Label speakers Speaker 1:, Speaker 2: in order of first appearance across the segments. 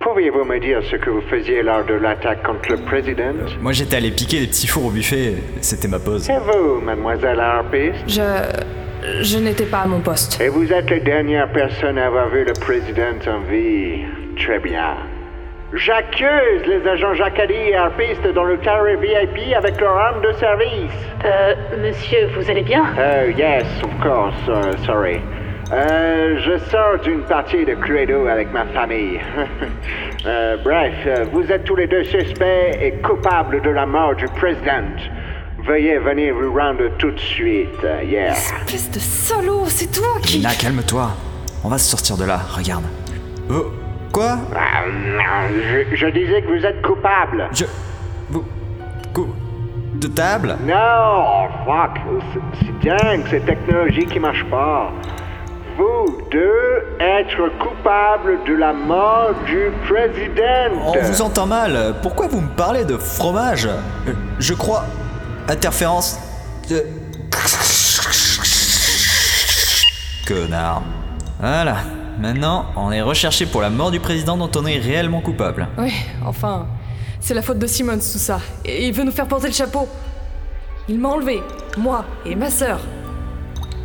Speaker 1: Pourriez-vous me dire ce que vous faisiez lors de l'attaque contre le président
Speaker 2: Moi j'étais allé piquer des petits fours au buffet, c'était ma pause.
Speaker 1: Et vous, mademoiselle Harpiste
Speaker 3: Je. Je n'étais pas à mon poste.
Speaker 1: Et vous êtes la dernière personne à avoir vu le président en vie. Très bien. J'accuse les agents Jacadi et Harpiste dans le carré VIP avec leur arme de service.
Speaker 4: Euh, monsieur, vous allez bien
Speaker 1: Oh, yes, of course, uh, sorry. Euh, je sors d'une partie de Cluedo avec ma famille. Euh, bref, euh, vous êtes tous les deux suspects et coupables de la mort du président. Veuillez venir vous rendre tout de suite, euh, yeah.
Speaker 3: Espèce de salaud, c'est toi qui.
Speaker 2: Lina, calme-toi. On va se sortir de là, regarde. Oh, quoi
Speaker 1: Ah, non, je, je disais que vous êtes coupable.
Speaker 2: Je. Vous. Cou. De table
Speaker 1: Non, fuck, c'est- c'est dingue, cette technologie qui marche pas. Vous deux, être coupable de la mort du président.
Speaker 2: On Oh, vous entend mal. Pourquoi vous me parlez de fromage Euh, Je crois. Interférence. De... Connard. Voilà. Maintenant, on est recherché pour la mort du président dont on est réellement coupable.
Speaker 3: Oui, enfin. C'est la faute de Simmons tout ça. Et il veut nous faire porter le chapeau. Il m'a enlevé, moi et ma sœur.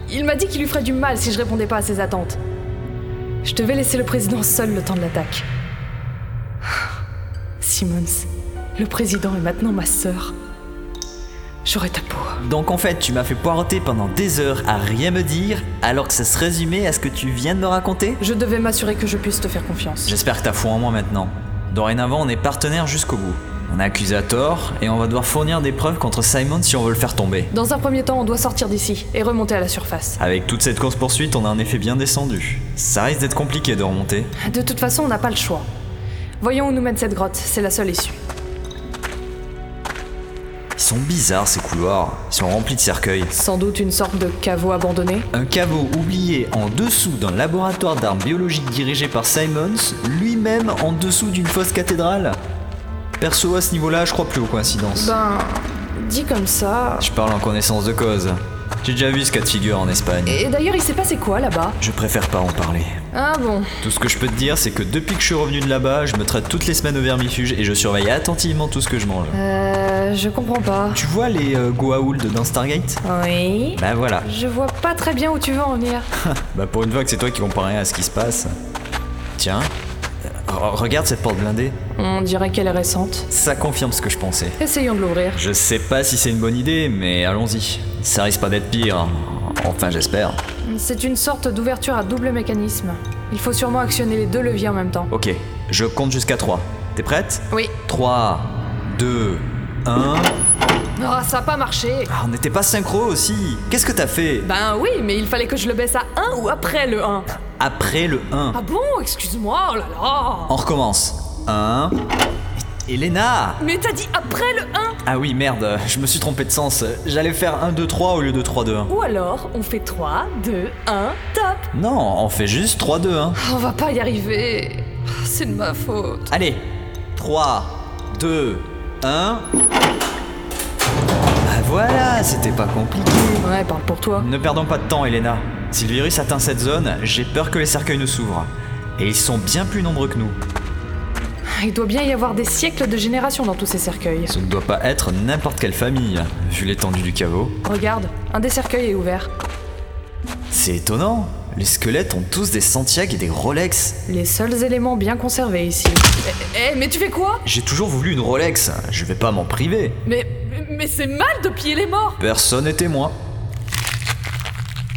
Speaker 3: Il m'a dit qu'il lui ferait du mal si je répondais pas à ses attentes. Je devais laisser le président seul le temps de l'attaque. Simmons, le président est maintenant ma sœur. J'aurai ta peau.
Speaker 2: Donc en fait, tu m'as fait poireauter pendant des heures à rien me dire, alors que ça se résumait à ce que tu viens de me raconter
Speaker 3: Je devais m'assurer que je puisse te faire confiance.
Speaker 2: J'espère que t'as foi en moi maintenant. Dorénavant, on est partenaires jusqu'au bout. On est accusé à tort, et on va devoir fournir des preuves contre Simon si on veut le faire tomber.
Speaker 3: Dans un premier temps, on doit sortir d'ici et remonter à la surface.
Speaker 2: Avec toute cette course-poursuite, on est en effet bien descendu. Ça risque d'être compliqué de remonter.
Speaker 3: De toute façon, on n'a pas le choix. Voyons où nous mène cette grotte, c'est la seule issue.
Speaker 2: Ils sont bizarres ces couloirs, ils sont remplis de cercueils.
Speaker 3: Sans doute une sorte de caveau abandonné.
Speaker 2: Un caveau oublié en dessous d'un laboratoire d'armes biologiques dirigé par Simons, lui-même en dessous d'une fosse cathédrale. Perso, à ce niveau-là, je crois plus aux coïncidences.
Speaker 3: Ben, dit comme ça.
Speaker 2: Je parle en connaissance de cause. J'ai déjà vu ce cas de figure en Espagne.
Speaker 3: Et d'ailleurs, il s'est passé quoi là-bas
Speaker 2: Je préfère pas en parler.
Speaker 3: Ah bon,
Speaker 2: Tout ce que je peux te dire, c'est que depuis que je suis revenu de là-bas, je me traite toutes les semaines au vermifuge et je surveille attentivement tout ce que je mange.
Speaker 3: euh, je comprends pas.
Speaker 2: Tu vois les euh, Goa'uld dans Stargate
Speaker 3: Oui.
Speaker 2: Bah voilà.
Speaker 3: Je vois pas très bien où tu veux en venir.
Speaker 2: Bah pour une fois que c'est toi qui comprends rien à ce qui se passe. Tiens, euh, re- regarde cette porte blindée.
Speaker 3: On dirait qu'elle est récente.
Speaker 2: Ça confirme ce que je pensais.
Speaker 3: Essayons de l'ouvrir.
Speaker 2: Je sais pas si c'est une bonne idée, mais allons-y. Ça risque pas d'être pire. Enfin, j'espère.
Speaker 3: C'est une sorte d'ouverture à double mécanisme. Il faut sûrement actionner les deux leviers en même temps.
Speaker 2: Ok, je compte jusqu'à 3. T'es prête
Speaker 3: Oui.
Speaker 2: 3, 2, 1.
Speaker 3: Ah, ça a pas marché.
Speaker 2: Ah, on n'était pas synchro aussi. Qu'est-ce que t'as fait
Speaker 3: Ben oui, mais il fallait que je le baisse à 1 ou après le 1.
Speaker 2: Après le 1.
Speaker 3: Ah bon, excuse-moi, oh là là.
Speaker 2: On recommence. 1. Elena
Speaker 3: Mais t'as dit après le 1
Speaker 2: Ah oui, merde, je me suis trompé de sens. J'allais faire 1, 2, 3 au lieu de 3, 2, 1.
Speaker 3: Ou alors, on fait 3, 2, 1, top Ah,
Speaker 2: Non, on fait juste 3, 2, 1.
Speaker 3: On va pas y arriver. Ah, C'est de ma faute.
Speaker 2: Allez, 3, 2, 1. Ah voilà, c'était pas compliqué.
Speaker 3: Ouais, parle pour toi.
Speaker 2: Ne perdons pas de temps, Elena. Si le virus atteint cette zone, j'ai peur que les cercueils ne s'ouvrent. Et ils sont bien plus nombreux que nous.
Speaker 3: Il doit bien y avoir des siècles de générations dans tous ces cercueils.
Speaker 2: Ce ne doit pas être n'importe quelle famille, vu l'étendue du caveau.
Speaker 3: Regarde, un des cercueils est ouvert.
Speaker 2: C'est étonnant. Les squelettes ont tous des Santiago et des Rolex.
Speaker 3: Les seuls éléments bien conservés ici. Eh, eh, mais tu fais quoi
Speaker 2: J'ai toujours voulu une Rolex. Je vais pas m'en priver.
Speaker 3: Mais, mais c'est mal de piller les morts
Speaker 2: Personne n'est témoin.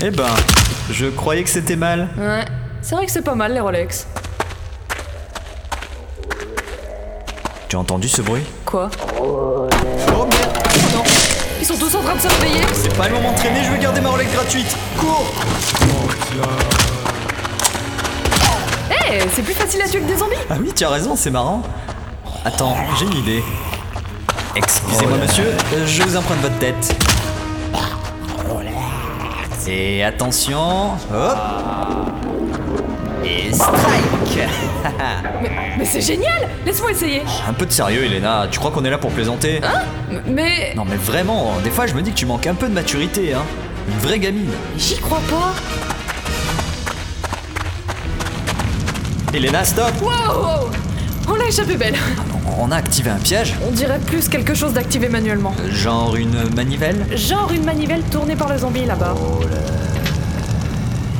Speaker 2: Eh ben, je croyais que c'était mal.
Speaker 3: Ouais, c'est vrai que c'est pas mal les Rolex.
Speaker 2: Tu as entendu ce bruit
Speaker 3: Quoi
Speaker 2: Oh merde
Speaker 3: Oh non Ils sont tous en train de se réveiller
Speaker 2: C'est pas le moment de traîner, je veux garder ma Rolex gratuite Cours
Speaker 3: Eh, c'est plus facile à tuer que des zombies
Speaker 2: Ah oui, tu as raison, c'est marrant. Attends, j'ai une idée. Excusez-moi, monsieur, euh, je vous emprunte votre tête. Et attention, hop Et strike
Speaker 3: Mais c'est génial Laisse-moi essayer
Speaker 2: Un peu de sérieux, Elena, tu crois qu'on est là pour plaisanter
Speaker 3: M- Mais...
Speaker 2: Non mais vraiment, des fois je me dis que tu manques un peu de maturité, hein. Une vraie gamine.
Speaker 3: J'y crois pas
Speaker 2: Elena, stop
Speaker 3: Wow On l'a échappé belle.
Speaker 2: On a activé un piège
Speaker 3: On dirait plus quelque chose d'activé manuellement.
Speaker 2: Genre une manivelle
Speaker 3: Genre une manivelle tournée par le zombie là-bas.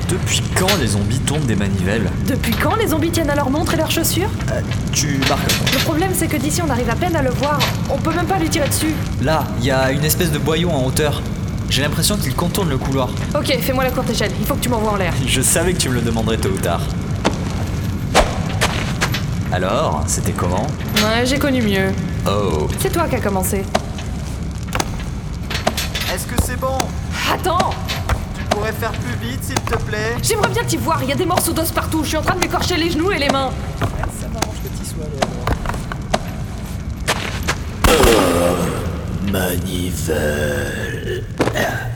Speaker 2: Depuis quand les zombies tournent des manivelles
Speaker 3: Depuis quand les zombies tiennent à leur montre et leurs chaussures
Speaker 2: Euh, Tu marques
Speaker 3: Le problème c'est que d'ici on arrive à peine à le voir. On peut même pas lui tirer dessus.
Speaker 2: Là, il y a une espèce de boyau en hauteur. J'ai l'impression qu'il contourne le couloir.
Speaker 3: Ok, fais-moi la courte échelle. Il faut que tu m'envoies en l'air.
Speaker 2: Je savais que tu me le demanderais tôt ou tard. Alors, c'était comment
Speaker 3: Ouais, j'ai connu mieux.
Speaker 2: Oh.
Speaker 3: C'est toi qui as commencé.
Speaker 5: Est-ce que c'est bon
Speaker 3: Attends
Speaker 5: Tu pourrais faire plus vite, s'il te plaît
Speaker 3: J'aimerais bien t'y voir. Il y a des morceaux d'os partout. Je suis en train de m'écorcher les genoux et les mains.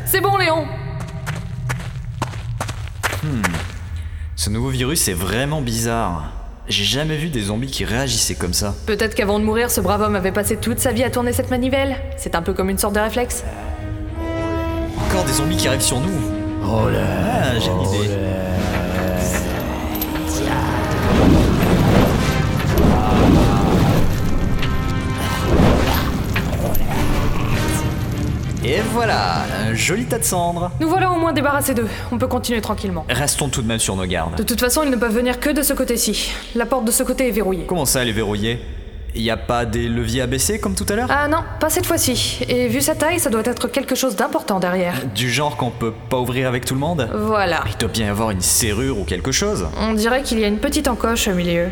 Speaker 3: C'est bon, Léon.
Speaker 2: Ce nouveau virus est vraiment bizarre. J'ai jamais vu des zombies qui réagissaient comme ça.
Speaker 3: Peut-être qu'avant de mourir, ce brave homme avait passé toute sa vie à tourner cette manivelle. C'est un peu comme une sorte de réflexe.
Speaker 2: Encore des zombies qui arrivent sur nous. Oh là J'ai une idée. Et voilà, un joli tas de cendres.
Speaker 3: Nous voilà au moins débarrassés d'eux. On peut continuer tranquillement.
Speaker 2: Restons tout de même sur nos gardes.
Speaker 3: De toute façon, ils ne peuvent venir que de ce côté-ci. La porte de ce côté est verrouillée.
Speaker 2: Comment ça, les verrouiller Y a pas des leviers à baisser comme tout à l'heure
Speaker 3: Ah non, pas cette fois-ci. Et vu sa taille, ça doit être quelque chose d'important derrière.
Speaker 2: Du genre qu'on peut pas ouvrir avec tout le monde Ah,
Speaker 3: Voilà.
Speaker 2: Il doit bien y avoir une serrure ou quelque chose.
Speaker 3: On dirait qu'il y a une petite encoche au milieu.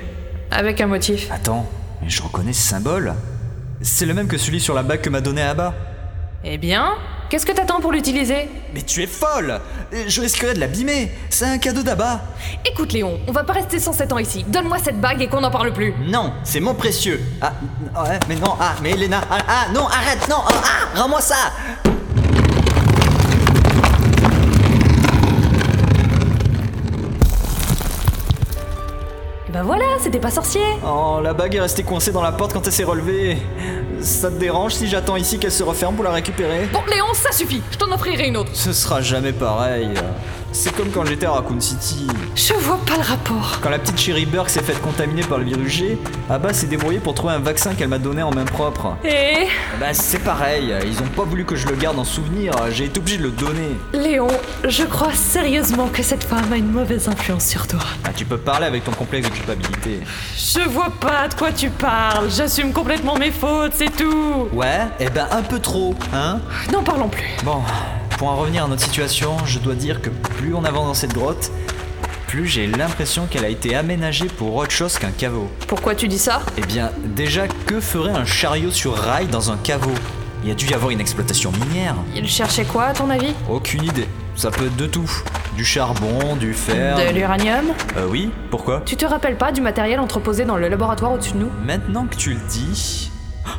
Speaker 3: Avec un motif.
Speaker 2: Attends, mais je reconnais ce symbole. C'est le même que celui sur la bague que m'a donné Abba.
Speaker 3: Eh bien, qu'est-ce que t'attends pour l'utiliser
Speaker 2: Mais tu es folle Je risquerais de l'abîmer C'est un cadeau d'Abba
Speaker 3: Écoute Léon, on va pas rester 107 ans ici. Donne-moi cette bague et qu'on n'en parle plus.
Speaker 2: Non, c'est mon précieux Ah, ouais, mais non, ah, mais Elena, ah, ah, non, arrête, non, ah, ah, rends-moi ça
Speaker 3: Et ben voilà, c'était pas sorcier.
Speaker 2: Oh, la bague est restée coincée dans la porte quand elle s'est relevée. Ça te dérange si j'attends ici qu'elle se referme pour la récupérer
Speaker 3: Bon Léon, ça suffit. Je t'en offrirai une autre.
Speaker 2: Ce sera jamais pareil. C'est comme quand j'étais à Raccoon City.
Speaker 3: Je vois pas le rapport.
Speaker 2: Quand la petite Sherry Burke s'est faite contaminer par le virus G, Abba s'est débrouillée pour trouver un vaccin qu'elle m'a donné en main propre.
Speaker 3: Et
Speaker 2: Bah c'est pareil, ils ont pas voulu que je le garde en souvenir, j'ai été obligé de le donner.
Speaker 3: Léon, je crois sérieusement que cette femme a une mauvaise influence sur toi.
Speaker 2: Ah, tu peux parler avec ton complexe de culpabilité.
Speaker 3: Je vois pas de quoi tu parles. J'assume complètement mes fautes, c'est tout.
Speaker 2: Ouais, eh ben un peu trop, hein
Speaker 3: N'en parlons plus.
Speaker 2: Bon, pour en revenir à notre situation, je dois dire que plus on avance dans cette grotte, plus j'ai l'impression qu'elle a été aménagée pour autre chose qu'un caveau.
Speaker 3: Pourquoi tu dis ça
Speaker 2: Eh bien, déjà, que ferait un chariot sur rail dans un caveau Il y a dû y avoir une exploitation minière.
Speaker 3: Il cherchait quoi à ton avis
Speaker 2: Aucune idée. Ça peut être de tout. Du charbon, du fer.
Speaker 3: De l'uranium
Speaker 2: Euh oui, pourquoi
Speaker 3: Tu te rappelles pas du matériel entreposé dans le laboratoire au-dessus de nous
Speaker 2: Maintenant que tu le dis.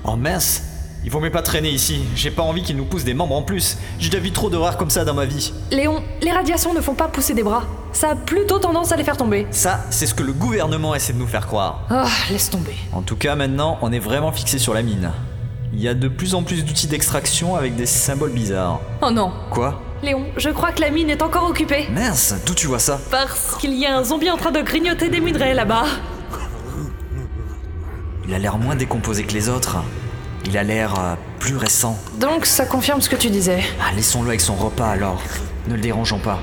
Speaker 2: Oh mince Il vaut mieux pas traîner ici, j'ai pas envie qu'ils nous poussent des membres en plus. J'ai déjà vu trop de rares comme ça dans ma vie.
Speaker 3: Léon, les radiations ne font pas pousser des bras. Ça a plutôt tendance à les faire tomber.
Speaker 2: Ça, c'est ce que le gouvernement essaie de nous faire croire.
Speaker 3: Ah, laisse tomber.
Speaker 2: En tout cas, maintenant, on est vraiment fixé sur la mine. Il y a de plus en plus d'outils d'extraction avec des symboles bizarres.
Speaker 3: Oh non.
Speaker 2: Quoi
Speaker 3: Léon, je crois que la mine est encore occupée.
Speaker 2: Mince, d'où tu vois ça
Speaker 3: Parce qu'il y a un zombie en train de grignoter des minerais là-bas.
Speaker 2: Il a l'air moins décomposé que les autres. Il a l'air euh, plus récent.
Speaker 3: Donc ça confirme ce que tu disais.
Speaker 2: Ah, laissons-le avec son repas alors. Ne le dérangeons pas.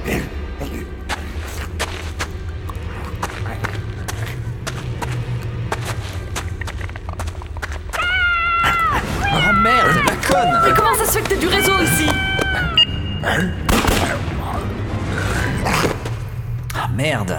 Speaker 2: Ah merde, la conne
Speaker 3: Mais comment ça se fait que t'es du réseau ici
Speaker 2: Ah merde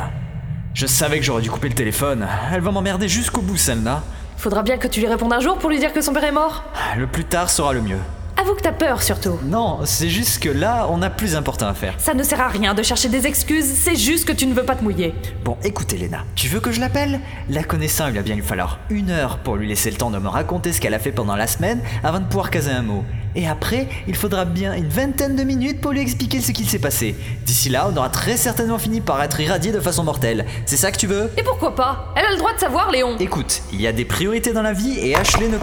Speaker 2: Je savais que j'aurais dû couper le téléphone. Elle va m'emmerder jusqu'au bout celle-là.
Speaker 3: Faudra bien que tu lui répondes un jour pour lui dire que son père est mort.
Speaker 2: Le plus tard sera le mieux.
Speaker 3: Avoue que t'as peur surtout.
Speaker 2: Non, c'est juste que là, on a plus important à faire.
Speaker 3: Ça ne sert à rien de chercher des excuses, c'est juste que tu ne veux pas te mouiller.
Speaker 2: Bon, écoute Elena, tu veux que je l'appelle La connaissant, il va bien lui falloir une heure pour lui laisser le temps de me raconter ce qu'elle a fait pendant la semaine avant de pouvoir caser un mot. Et après, il faudra bien une vingtaine de minutes pour lui expliquer ce qu'il s'est passé. D'ici là, on aura très certainement fini par être irradié de façon mortelle. C'est ça que tu veux
Speaker 3: Et pourquoi pas Elle a le droit de savoir, Léon.
Speaker 2: Écoute, il y a des priorités dans la vie et Ashley ne...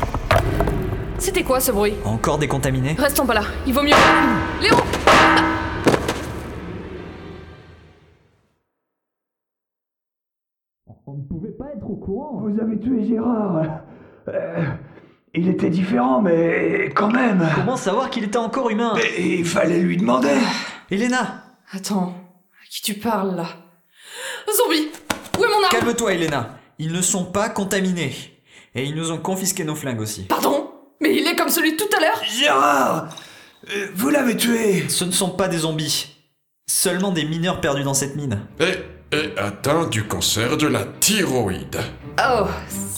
Speaker 3: C'était quoi ce bruit
Speaker 2: Encore des contaminés
Speaker 3: Restons pas là, il vaut mieux. Léon
Speaker 2: On ne pouvait pas être au
Speaker 6: courant.
Speaker 7: Vous avez tué Gérard. Euh, il était différent, mais quand même.
Speaker 2: Comment savoir qu'il était encore humain
Speaker 7: Et Ah. Il fallait lui demander.
Speaker 2: Elena
Speaker 3: Attends, à qui tu parles là Zombie Où est mon arme
Speaker 2: Calme-toi, Elena. Ils ne sont pas contaminés. Et ils nous ont confisqué nos flingues aussi.
Speaker 3: Pardon Mais il est comme celui de tout à l'heure
Speaker 7: Gérard euh, Vous l'avez tué.
Speaker 2: Ce ne sont pas des zombies. Seulement des mineurs perdus dans cette mine.
Speaker 8: et est Eh, atteint du cancer de la thyroïde.
Speaker 3: Oh,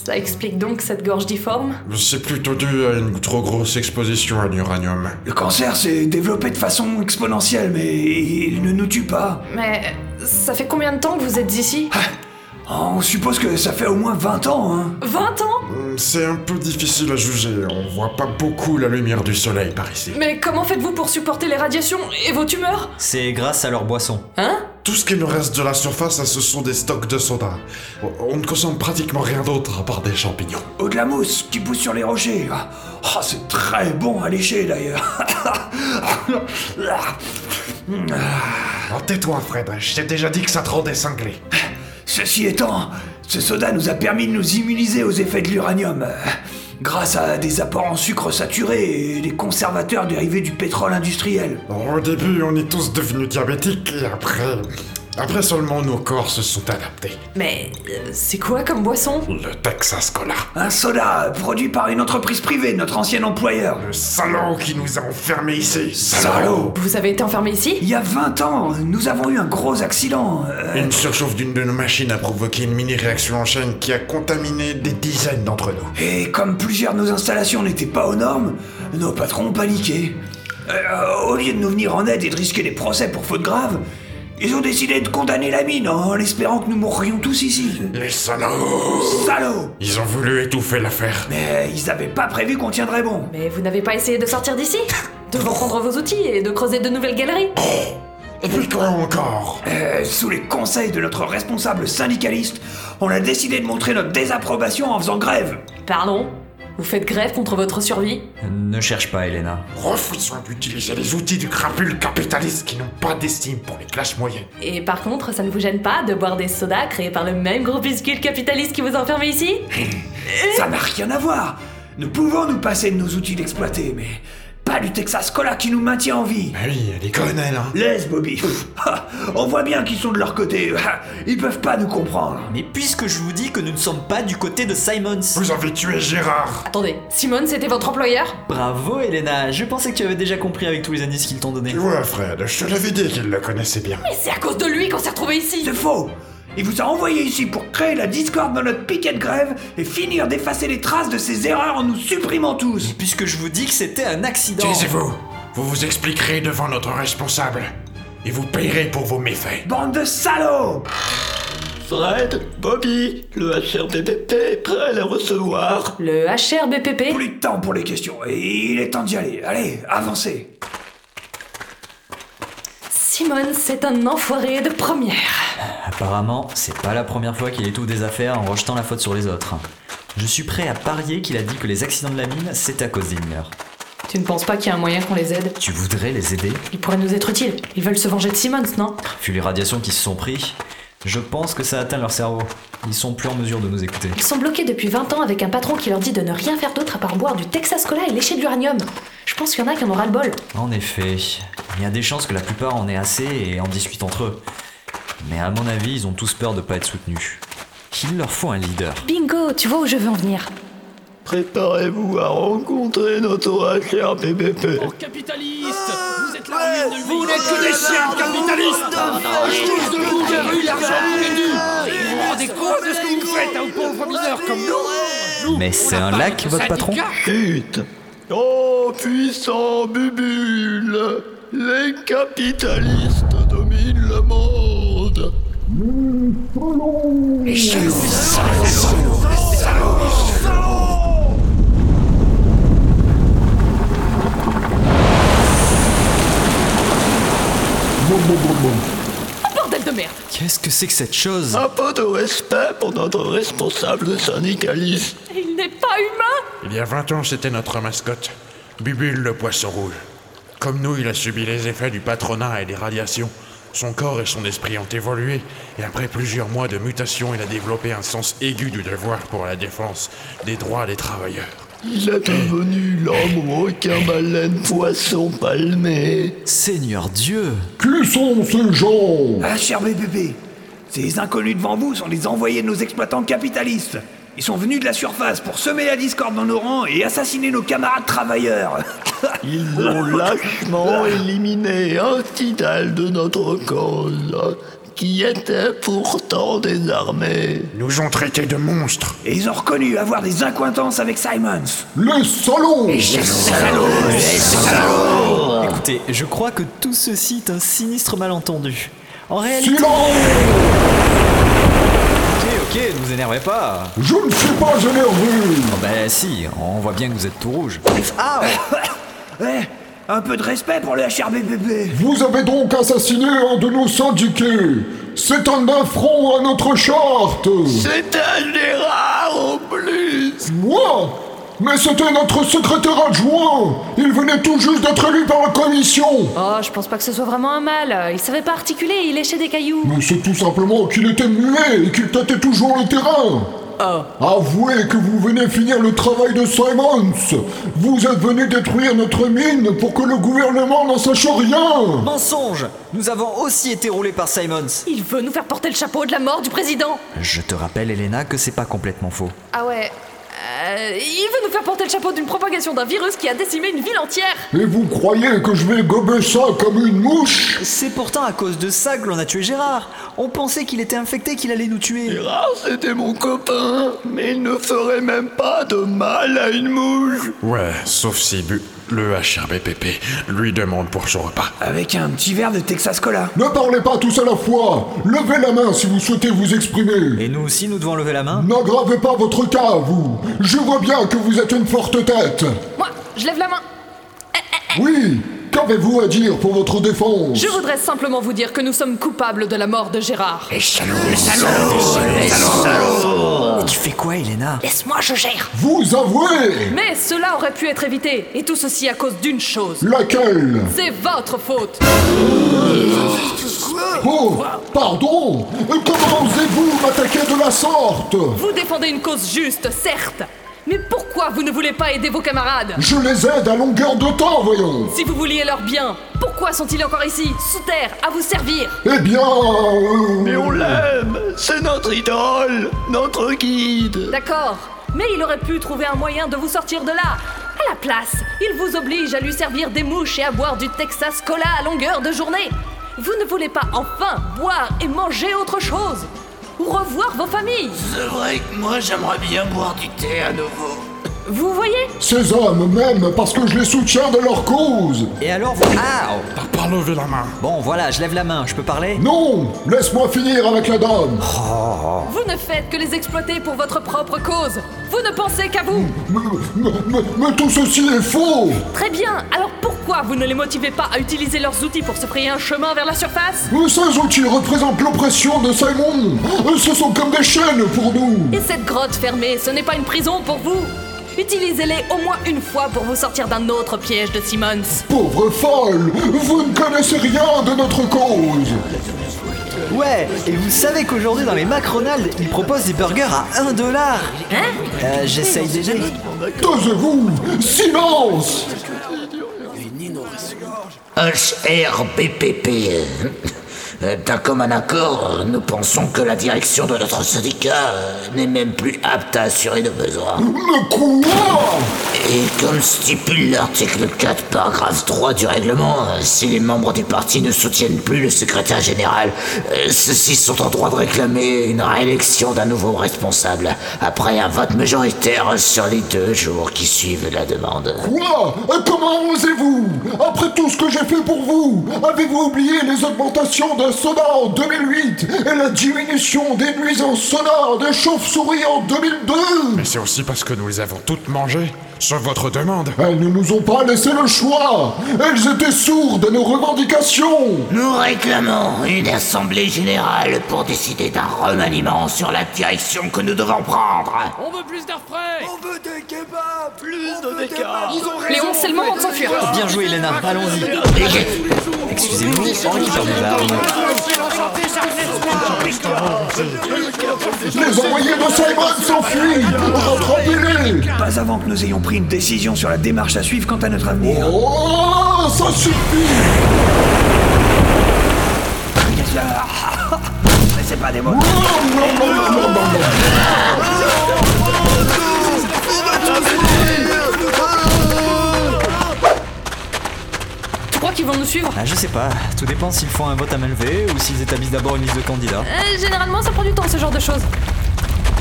Speaker 3: ça explique donc cette gorge difforme
Speaker 8: C'est plutôt dû à une trop grosse exposition à l'uranium.
Speaker 7: Le cancer s'est développé de façon exponentielle, mais il ne nous tue pas.
Speaker 3: Mais ça fait combien de temps que vous êtes ici
Speaker 7: On suppose que ça fait au moins 20 ans, hein.
Speaker 3: 20 ans
Speaker 8: Hum, C'est un peu difficile à juger, on voit pas beaucoup la lumière du soleil par ici.
Speaker 3: Mais comment faites-vous pour supporter les radiations et vos tumeurs
Speaker 2: C'est grâce à leur boisson.
Speaker 3: Hein
Speaker 8: Tout ce qui nous reste de la surface, ce sont des stocks de soda. On- On ne consomme pratiquement rien d'autre à part des champignons.
Speaker 7: Ou de la mousse qui pousse sur les rochers. Ah, ah, c'est très bon à lécher d'ailleurs.
Speaker 8: Oh, tais-toi, Fred, je t'ai déjà dit que ça te rendait cinglé.
Speaker 7: Ceci étant, ce soda nous a permis de nous immuniser aux effets de l'uranium. euh, Grâce à des apports en sucre saturé et des conservateurs dérivés du pétrole industriel.
Speaker 8: Au début, on est tous devenus diabétiques et après. Après seulement nos corps se sont adaptés.
Speaker 3: Mais euh, c'est quoi comme boisson
Speaker 8: Le Texas Cola.
Speaker 7: Un soda produit par une entreprise privée, notre ancien employeur.
Speaker 8: Le salaud qui nous a enfermés ici.
Speaker 7: Salaud
Speaker 3: Vous avez été enfermé ici
Speaker 7: Il y a 20 ans, nous avons eu un gros accident. euh,
Speaker 8: Une surchauffe d'une de nos machines a provoqué une mini-réaction en chaîne qui a contaminé des dizaines d'entre nous.
Speaker 7: Et comme plusieurs de nos installations n'étaient pas aux normes, nos patrons ont paniqué. Euh, au lieu de nous venir en aide et de risquer des procès pour faute grave, ils ont décidé de condamner la mine en espérant que nous mourrions tous ici.
Speaker 8: Les salauds
Speaker 7: Salaud
Speaker 8: Ils ont voulu étouffer l'affaire.
Speaker 7: Mais ils n'avaient pas prévu qu'on tiendrait bon.
Speaker 3: Mais vous n'avez pas essayé de sortir d'ici De reprendre vos outils et de creuser de nouvelles galeries
Speaker 8: Et puis quoi encore
Speaker 7: Euh, sous les conseils de notre responsable syndicaliste, on a décidé de montrer notre désapprobation en faisant grève.
Speaker 3: Pardon Vous faites grève contre votre survie
Speaker 2: Ne cherche pas, Elena.
Speaker 8: Refusons d'utiliser les outils du crapule capitaliste qui n'ont pas d'estime pour les classes moyennes.
Speaker 3: Et par contre, ça ne vous gêne pas de boire des sodas créés par le même groupuscule capitaliste qui vous a enfermé ici
Speaker 7: Ça n'a rien à voir. Nous pouvons nous passer de nos outils d'exploiter, mais pas du Texas Cola qui nous maintient en vie.
Speaker 8: Bah oui, elle est conne, elle, hein.
Speaker 7: Laisse, Bobby. Ah, On voit bien qu'ils sont de leur côté. Ah, Ils peuvent pas nous comprendre.
Speaker 2: Mais puisque je vous dis que nous ne sommes pas du côté de Simons.
Speaker 8: Vous avez tué Gérard
Speaker 3: Attendez, Simone, c'était votre employeur
Speaker 2: Bravo, Elena. Je pensais que tu avais déjà compris avec tous les indices qu'ils t'ont donnés.
Speaker 8: Tu vois, Fred, je te l'avais dit qu'il le connaissait bien.
Speaker 3: Mais c'est à cause de lui qu'on s'est retrouvé ici
Speaker 7: C'est faux. Il vous a envoyé ici pour créer la discorde dans notre piquet de grève et finir d'effacer les traces de ses erreurs en nous supprimant tous.
Speaker 2: Puisque je vous dis que c'était un accident.
Speaker 8: Taisez-vous Vous vous expliquerez devant notre responsable. Et vous payerez pour vos méfaits.
Speaker 7: Bande de salauds
Speaker 6: Fred, Bobby, le HRBPP est prêt à la recevoir.
Speaker 3: Le HRBPP
Speaker 7: Plus de temps pour les questions. Et il est temps d'y aller. Allez, avancez.
Speaker 3: Simone, c'est un enfoiré de première.
Speaker 2: Apparemment, c'est pas la première fois qu'il étouffe des affaires en rejetant la faute sur les autres. Je suis prêt à parier qu'il a dit que les accidents de la mine, c'est à cause des mineurs.
Speaker 3: Tu ne penses pas qu'il y a un moyen qu'on les aide
Speaker 2: Tu voudrais les aider
Speaker 3: Ils pourraient nous être utiles. Ils veulent se venger de Simone, non
Speaker 2: Vu les radiations qui se sont pris, je pense que ça atteint leur cerveau. Ils sont plus en mesure de nous écouter.
Speaker 4: Ils sont bloqués depuis 20 ans avec un patron qui leur dit de ne rien faire d'autre à part boire du Texas Cola et lécher de l'uranium. Je pense qu'il y en a qui en aura le bol.
Speaker 2: En effet, il y a des chances que la plupart en aient assez et en discutent entre eux. Mais à mon avis, ils ont tous peur de pas être soutenus. Il leur faut un leader.
Speaker 4: Bingo, tu vois où je veux en venir.
Speaker 6: Préparez-vous à rencontrer notre HRBPP.
Speaker 9: Capitaliste Vous êtes la ruine de
Speaker 5: Vous n'êtes que des chiens capitalistes Tous de vous, avez eu l'argent perdu Et Vous vous rendez compte de ce que vous faites aux pauvres mineurs comme nous
Speaker 2: Mais c'est un lac, votre patron
Speaker 6: Chut Oh, puissant bubule Les capitalistes dominent le monde
Speaker 3: Bordel de merde
Speaker 2: Qu'est-ce que c'est que cette chose
Speaker 6: Un peu de respect pour notre responsable syndicaliste.
Speaker 3: Il n'est pas humain
Speaker 8: Il y a 20 ans, c'était notre mascotte, Bubule le poisson rouge. Comme nous, il a subi les effets du patronat et des radiations. Son corps et son esprit ont évolué, et après plusieurs mois de mutation, il a développé un sens aigu du devoir pour la défense des droits des travailleurs.
Speaker 6: Il est devenu l'homme requin baleine poisson palmé.
Speaker 2: Seigneur Dieu
Speaker 10: Qui sont ces gens
Speaker 7: Ah, cher BPP, ces inconnus devant vous sont les envoyés de nos exploitants capitalistes. Ils sont venus de la surface pour semer la discorde dans nos rangs et assassiner nos camarades travailleurs.
Speaker 6: Ils ont lâchement éliminé un tital de notre cause, qui était pourtant désarmé.
Speaker 8: Nous ont traités de monstres.
Speaker 7: Et ils ont reconnu avoir des accointances avec Simons.
Speaker 10: Les salauds
Speaker 2: Écoutez, je crois que tout ceci est un sinistre malentendu. En réalité.
Speaker 10: Silence
Speaker 2: Ok, ok, ne vous énervez pas
Speaker 10: Je ne suis pas énervé
Speaker 2: Oh Bah si, on voit bien que vous êtes tout rouge. Ah,
Speaker 7: Eh, un peu de respect pour le HRBPP.
Speaker 10: Vous avez donc assassiné un de nos syndiqués C'est un affront à notre charte
Speaker 6: C'est un Gérard au plus
Speaker 10: Moi Mais c'était notre secrétaire adjoint Il venait tout juste d'être élu par la commission
Speaker 4: Oh, je pense pas que ce soit vraiment un mal. Il savait pas articuler, il léchait des cailloux.
Speaker 10: Mais c'est tout simplement qu'il était muet et qu'il tâtait toujours le terrain Avouez que vous venez finir le travail de Simons Vous êtes venu détruire notre mine pour que le gouvernement n'en sache rien
Speaker 2: Mensonge Nous avons aussi été roulés par Simons
Speaker 3: Il veut nous faire porter le chapeau de la mort du président
Speaker 2: Je te rappelle, Elena, que c'est pas complètement faux.
Speaker 3: Ah ouais. euh, il veut nous faire porter le chapeau d'une propagation d'un virus qui a décimé une ville entière
Speaker 10: Et vous croyez que je vais gober ça comme une mouche
Speaker 2: C'est pourtant à cause de ça que l'on a tué Gérard On pensait qu'il était infecté, qu'il allait nous tuer
Speaker 6: Gérard, c'était mon copain, mais il ne ferait même pas Ah, de mal à une mouche.
Speaker 8: Ouais, sauf si Bu- le HRBPP lui demande pour son repas.
Speaker 7: Avec un petit verre de Texas Cola.
Speaker 10: Ne parlez pas tous à la fois Levez la main si vous souhaitez vous exprimer
Speaker 2: Et nous aussi, nous devons lever la main
Speaker 10: N'aggravez pas votre cas, vous Je vois bien que vous êtes une forte tête
Speaker 3: Moi, je lève la main
Speaker 10: Oui Qu'avez-vous à dire pour votre défense
Speaker 3: Je voudrais simplement vous dire que nous sommes coupables de la mort de Gérard.
Speaker 2: Mais tu fais quoi, Elena
Speaker 4: Laisse-moi, je gère.
Speaker 10: Vous avouez
Speaker 3: Mais cela aurait pu être évité, et tout ceci à cause d'une chose.
Speaker 10: Laquelle
Speaker 3: C'est votre faute
Speaker 10: Oh Pardon Comment osez-vous m'attaquer de la sorte
Speaker 3: Vous défendez une cause juste, certes Mais pourquoi vous ne voulez pas aider vos camarades
Speaker 10: Je les aide à longueur de temps, voyons
Speaker 3: Si vous vouliez leur bien, pourquoi sont-ils encore ici, sous terre, à vous servir
Speaker 10: Eh bien... euh,
Speaker 6: Mais on l'aime, c'est notre idole, notre guide.
Speaker 3: D'accord Mais il aurait pu trouver un moyen de vous sortir de là À la place, il vous oblige à lui servir des mouches et à boire du Texas Cola à longueur de journée Vous ne voulez pas enfin boire et manger autre chose Ou revoir vos familles
Speaker 5: C'est vrai que moi j'aimerais bien boire du thé à nouveau.
Speaker 3: Vous voyez
Speaker 10: Ces hommes m'aiment parce que je les soutiens de leur cause
Speaker 2: Et alors vous... Ah
Speaker 8: T'as pas levé la main.
Speaker 2: Bon, voilà, je lève la main, je peux parler
Speaker 10: Non Laisse-moi finir avec la dame
Speaker 3: Vous ne faites que les exploiter pour votre propre cause Vous ne pensez qu'à vous
Speaker 10: Mais- mais- mais- mais tout ceci est faux
Speaker 3: Très bien, alors pourquoi vous ne les motivez pas à utiliser leurs outils pour se frayer un chemin vers la surface
Speaker 10: Ces outils représentent l'oppression de Simon Ce sont comme des chaînes pour nous
Speaker 3: Et cette grotte fermée, ce n'est pas une prison pour vous Utilisez-les au moins une fois pour vous sortir d'un autre piège de Simmons.
Speaker 10: Pauvre folle Vous ne connaissez rien de notre cause
Speaker 2: Ouais, et vous savez qu'aujourd'hui, dans les McDonald's, ils proposent des burgers à 1 dollar
Speaker 3: Hein
Speaker 2: Euh, j'essaye d'aider.
Speaker 10: Taisez-vous Silence
Speaker 5: HRBPP. Euh, D'un commun accord, nous pensons que la direction de notre syndicat euh, n'est même plus apte à assurer nos besoins.
Speaker 10: Mais quoi
Speaker 5: Et comme stipule l'article 4, paragraphe 3 du règlement, euh, si les membres du parti ne soutiennent plus le secrétaire général, euh, ceux-ci sont en droit de réclamer une réélection d'un nouveau responsable après un vote majoritaire sur les deux jours qui suivent la demande.
Speaker 10: Quoi Comment osez-vous Après tout ce que j'ai fait pour vous, avez-vous oublié les augmentations d'un soda en 2008 et la diminution des nuisances sonores des chauves-souris en 2002
Speaker 8: Mais c'est aussi parce que nous les avons toutes mangées, sur votre demande.
Speaker 10: Elles ne nous ont pas laissé le choix Elles étaient sourdes à nos revendications
Speaker 5: Nous réclamons une assemblée générale pour décider d'un remaniement sur la direction que nous devons prendre.
Speaker 9: On veut plus d'air frais
Speaker 6: Plus de dégâts.
Speaker 3: Les ondes seulement vont s'enfuir.
Speaker 2: Bien joué, Elena, allons-y.
Speaker 5: Et-
Speaker 2: Excusez-nous, Henri Barnevard.
Speaker 10: Les envoyés de Simon s'enfuient Rattrapez-les
Speaker 7: Pas avant que nous ayons pris une décision sur la démarche à suivre quant à notre avenir.
Speaker 10: Oh, ça suffit
Speaker 7: Mais c'est pas des mots.
Speaker 3: Tu crois qu'ils vont nous suivre
Speaker 2: Ah, je sais pas, tout dépend s'ils font un vote à main levée ou s'ils établissent d'abord une liste de candidats.
Speaker 3: Euh, Généralement, ça prend du temps ce genre de choses.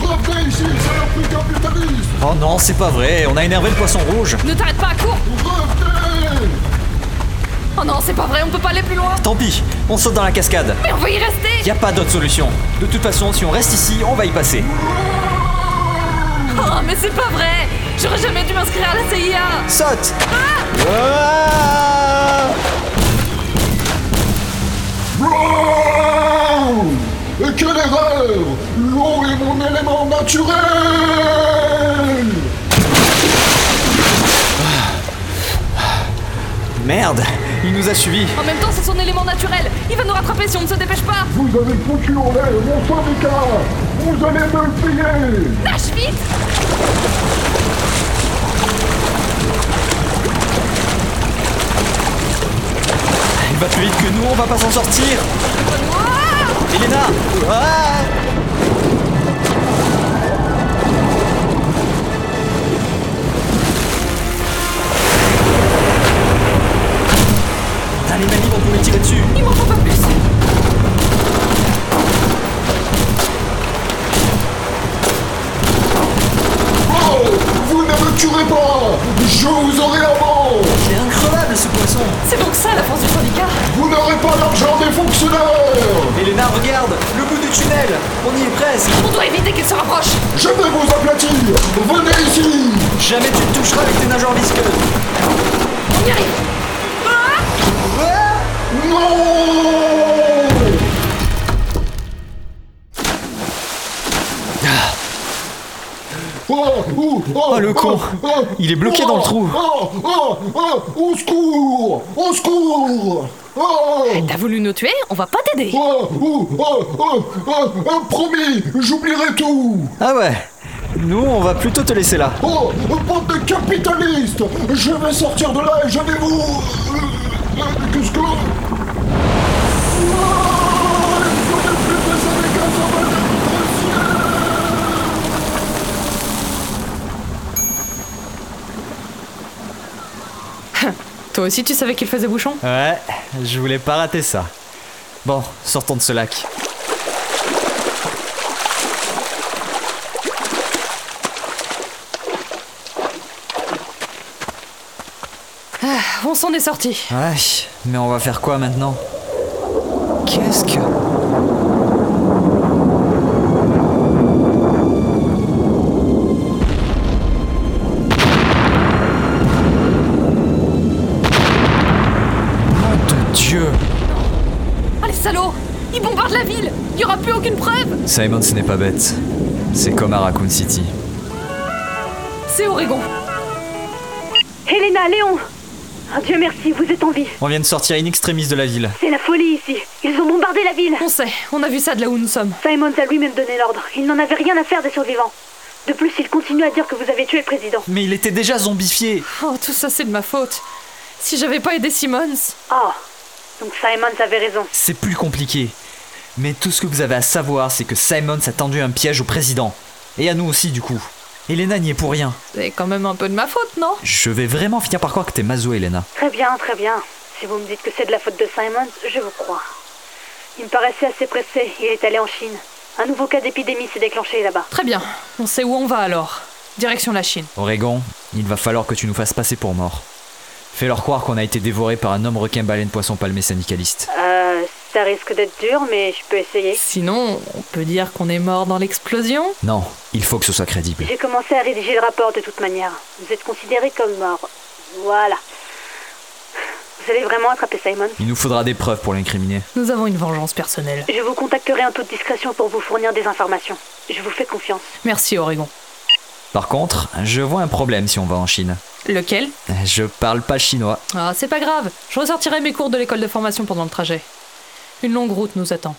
Speaker 10: Revenez ici, saloperie capitaliste
Speaker 2: Oh non, c'est pas vrai, on a énervé le poisson rouge
Speaker 3: Ne t'arrête pas à court
Speaker 10: Revenez
Speaker 3: Oh non, c'est pas vrai, on peut pas aller plus loin
Speaker 2: Tant pis, on saute dans la cascade
Speaker 3: Mais on va y rester
Speaker 2: Y a pas d'autre solution De toute façon, si on reste ici, on va y passer
Speaker 3: Oh, mais c'est pas vrai J'aurais jamais dû m'inscrire à la CIA
Speaker 2: Saute Ah
Speaker 10: Wow Et quelle erreur L'eau est mon élément naturel
Speaker 2: Merde, il nous a suivis
Speaker 3: En même temps, c'est son élément naturel Il va nous rattraper si on ne se dépêche pas
Speaker 10: Vous avez foutu en l'air mon syndicat Vous allez me le payer
Speaker 3: Nage vite
Speaker 2: Il va plus vite que nous, on va pas s'en sortir
Speaker 3: Ouah
Speaker 2: Elena Ah Putain, les manips, on pouvait tirer dessus
Speaker 3: Il m'en faut pas plus
Speaker 10: Oh Vous ne me tuerez pas Je vous aurai avant
Speaker 2: Il est incroyable ce poisson
Speaker 3: C'est donc ça la force du syndicat
Speaker 10: Vous n'aurez pas l'argent des fonctionnaires
Speaker 2: Elena, regarde Le bout du tunnel On y est presque
Speaker 3: On doit éviter qu'il se rapproche
Speaker 10: Je vais vous aplatir Venez ici
Speaker 2: Jamais tu ne toucheras avec tes nageoires visqueuses
Speaker 3: On y arrive Ah
Speaker 10: Non Oh, oh,
Speaker 2: Oh, Ah. le con. Il est bloqué dans le trou.
Speaker 10: Oh, oh, oh, Au secours Au secours Oh,
Speaker 3: T'as voulu nous tuer On va pas t'aider
Speaker 10: oh, oh, oh, oh, oh, oh, Promis, j'oublierai tout
Speaker 2: Ah ouais Nous, on va plutôt te laisser là
Speaker 10: Oh, bande de capitalistes Je vais sortir de là et je vais vous... euh, euh, Qu'est-ce que...
Speaker 3: Toi aussi, tu savais qu'il faisait bouchon
Speaker 2: Ouais, je voulais pas rater ça. Bon, sortons de ce lac.
Speaker 3: On s'en est sorti
Speaker 2: Ouais, mais on va faire quoi maintenant Qu'est-ce que... Oh de Dieu
Speaker 3: Oh les salauds Ils bombardent la ville Il y aura plus aucune preuve
Speaker 2: Simon, ce n'est pas bête. C'est comme à Raccoon City.
Speaker 3: C'est Oregon
Speaker 11: Helena, Léon Ah, Dieu merci, vous êtes en vie.
Speaker 2: On vient de sortir in extremis de la ville.
Speaker 11: C'est la folie ici. Ils ont bombardé la ville.
Speaker 3: On sait, on a vu ça de là où nous sommes.
Speaker 11: Simons a lui-même donné l'ordre. Il n'en avait rien à faire des survivants. De plus, il continue à dire que vous avez tué le président.
Speaker 2: Mais il était déjà zombifié
Speaker 3: Oh, tout ça c'est de ma faute. Si j'avais pas aidé Simmons.
Speaker 11: Ah, donc Simons avait raison.
Speaker 2: C'est plus compliqué. Mais tout ce que vous avez à savoir, c'est que Simon s'est tendu un piège au président. Et à nous aussi, du coup. Elena n'y est pour rien.
Speaker 3: C'est quand même un peu de ma faute, non
Speaker 2: Je vais vraiment finir par croire que t'es mazo, Elena.
Speaker 11: Très bien, très bien. Si vous me dites que c'est de la faute de Simons, je vous crois. Il me paraissait assez pressé. Il est allé en Chine. Un nouveau cas d'épidémie s'est déclenché là-bas.
Speaker 3: Très bien, on sait où on va alors. Direction la Chine.
Speaker 2: Oregon, il va falloir que tu nous fasses passer pour mort. Fais-leur croire qu'on a été dévoré par un homme requin baleine poisson palmé syndicaliste.
Speaker 11: Euh, ça risque d'être dur, mais je peux essayer.
Speaker 3: Sinon, on peut dire qu'on est mort dans l'explosion
Speaker 2: Non, il faut que ce soit crédible.
Speaker 11: J'ai commencé à rédiger le rapport de toute manière. Vous êtes considéré comme mort. Voilà. Vous allez vraiment attraper Simon
Speaker 2: Il nous faudra des preuves pour l'incriminer.
Speaker 3: Nous avons une vengeance personnelle.
Speaker 11: Je vous contacterai en toute discrétion pour vous fournir des informations. Je vous fais confiance.
Speaker 3: Merci Oregon.
Speaker 2: Par contre, je vois un problème si on va en Chine.
Speaker 3: Lequel
Speaker 2: Je parle pas chinois.
Speaker 3: Ah, c'est pas grave. Je ressortirai mes cours de l'école de formation pendant le trajet. Une longue route nous attend.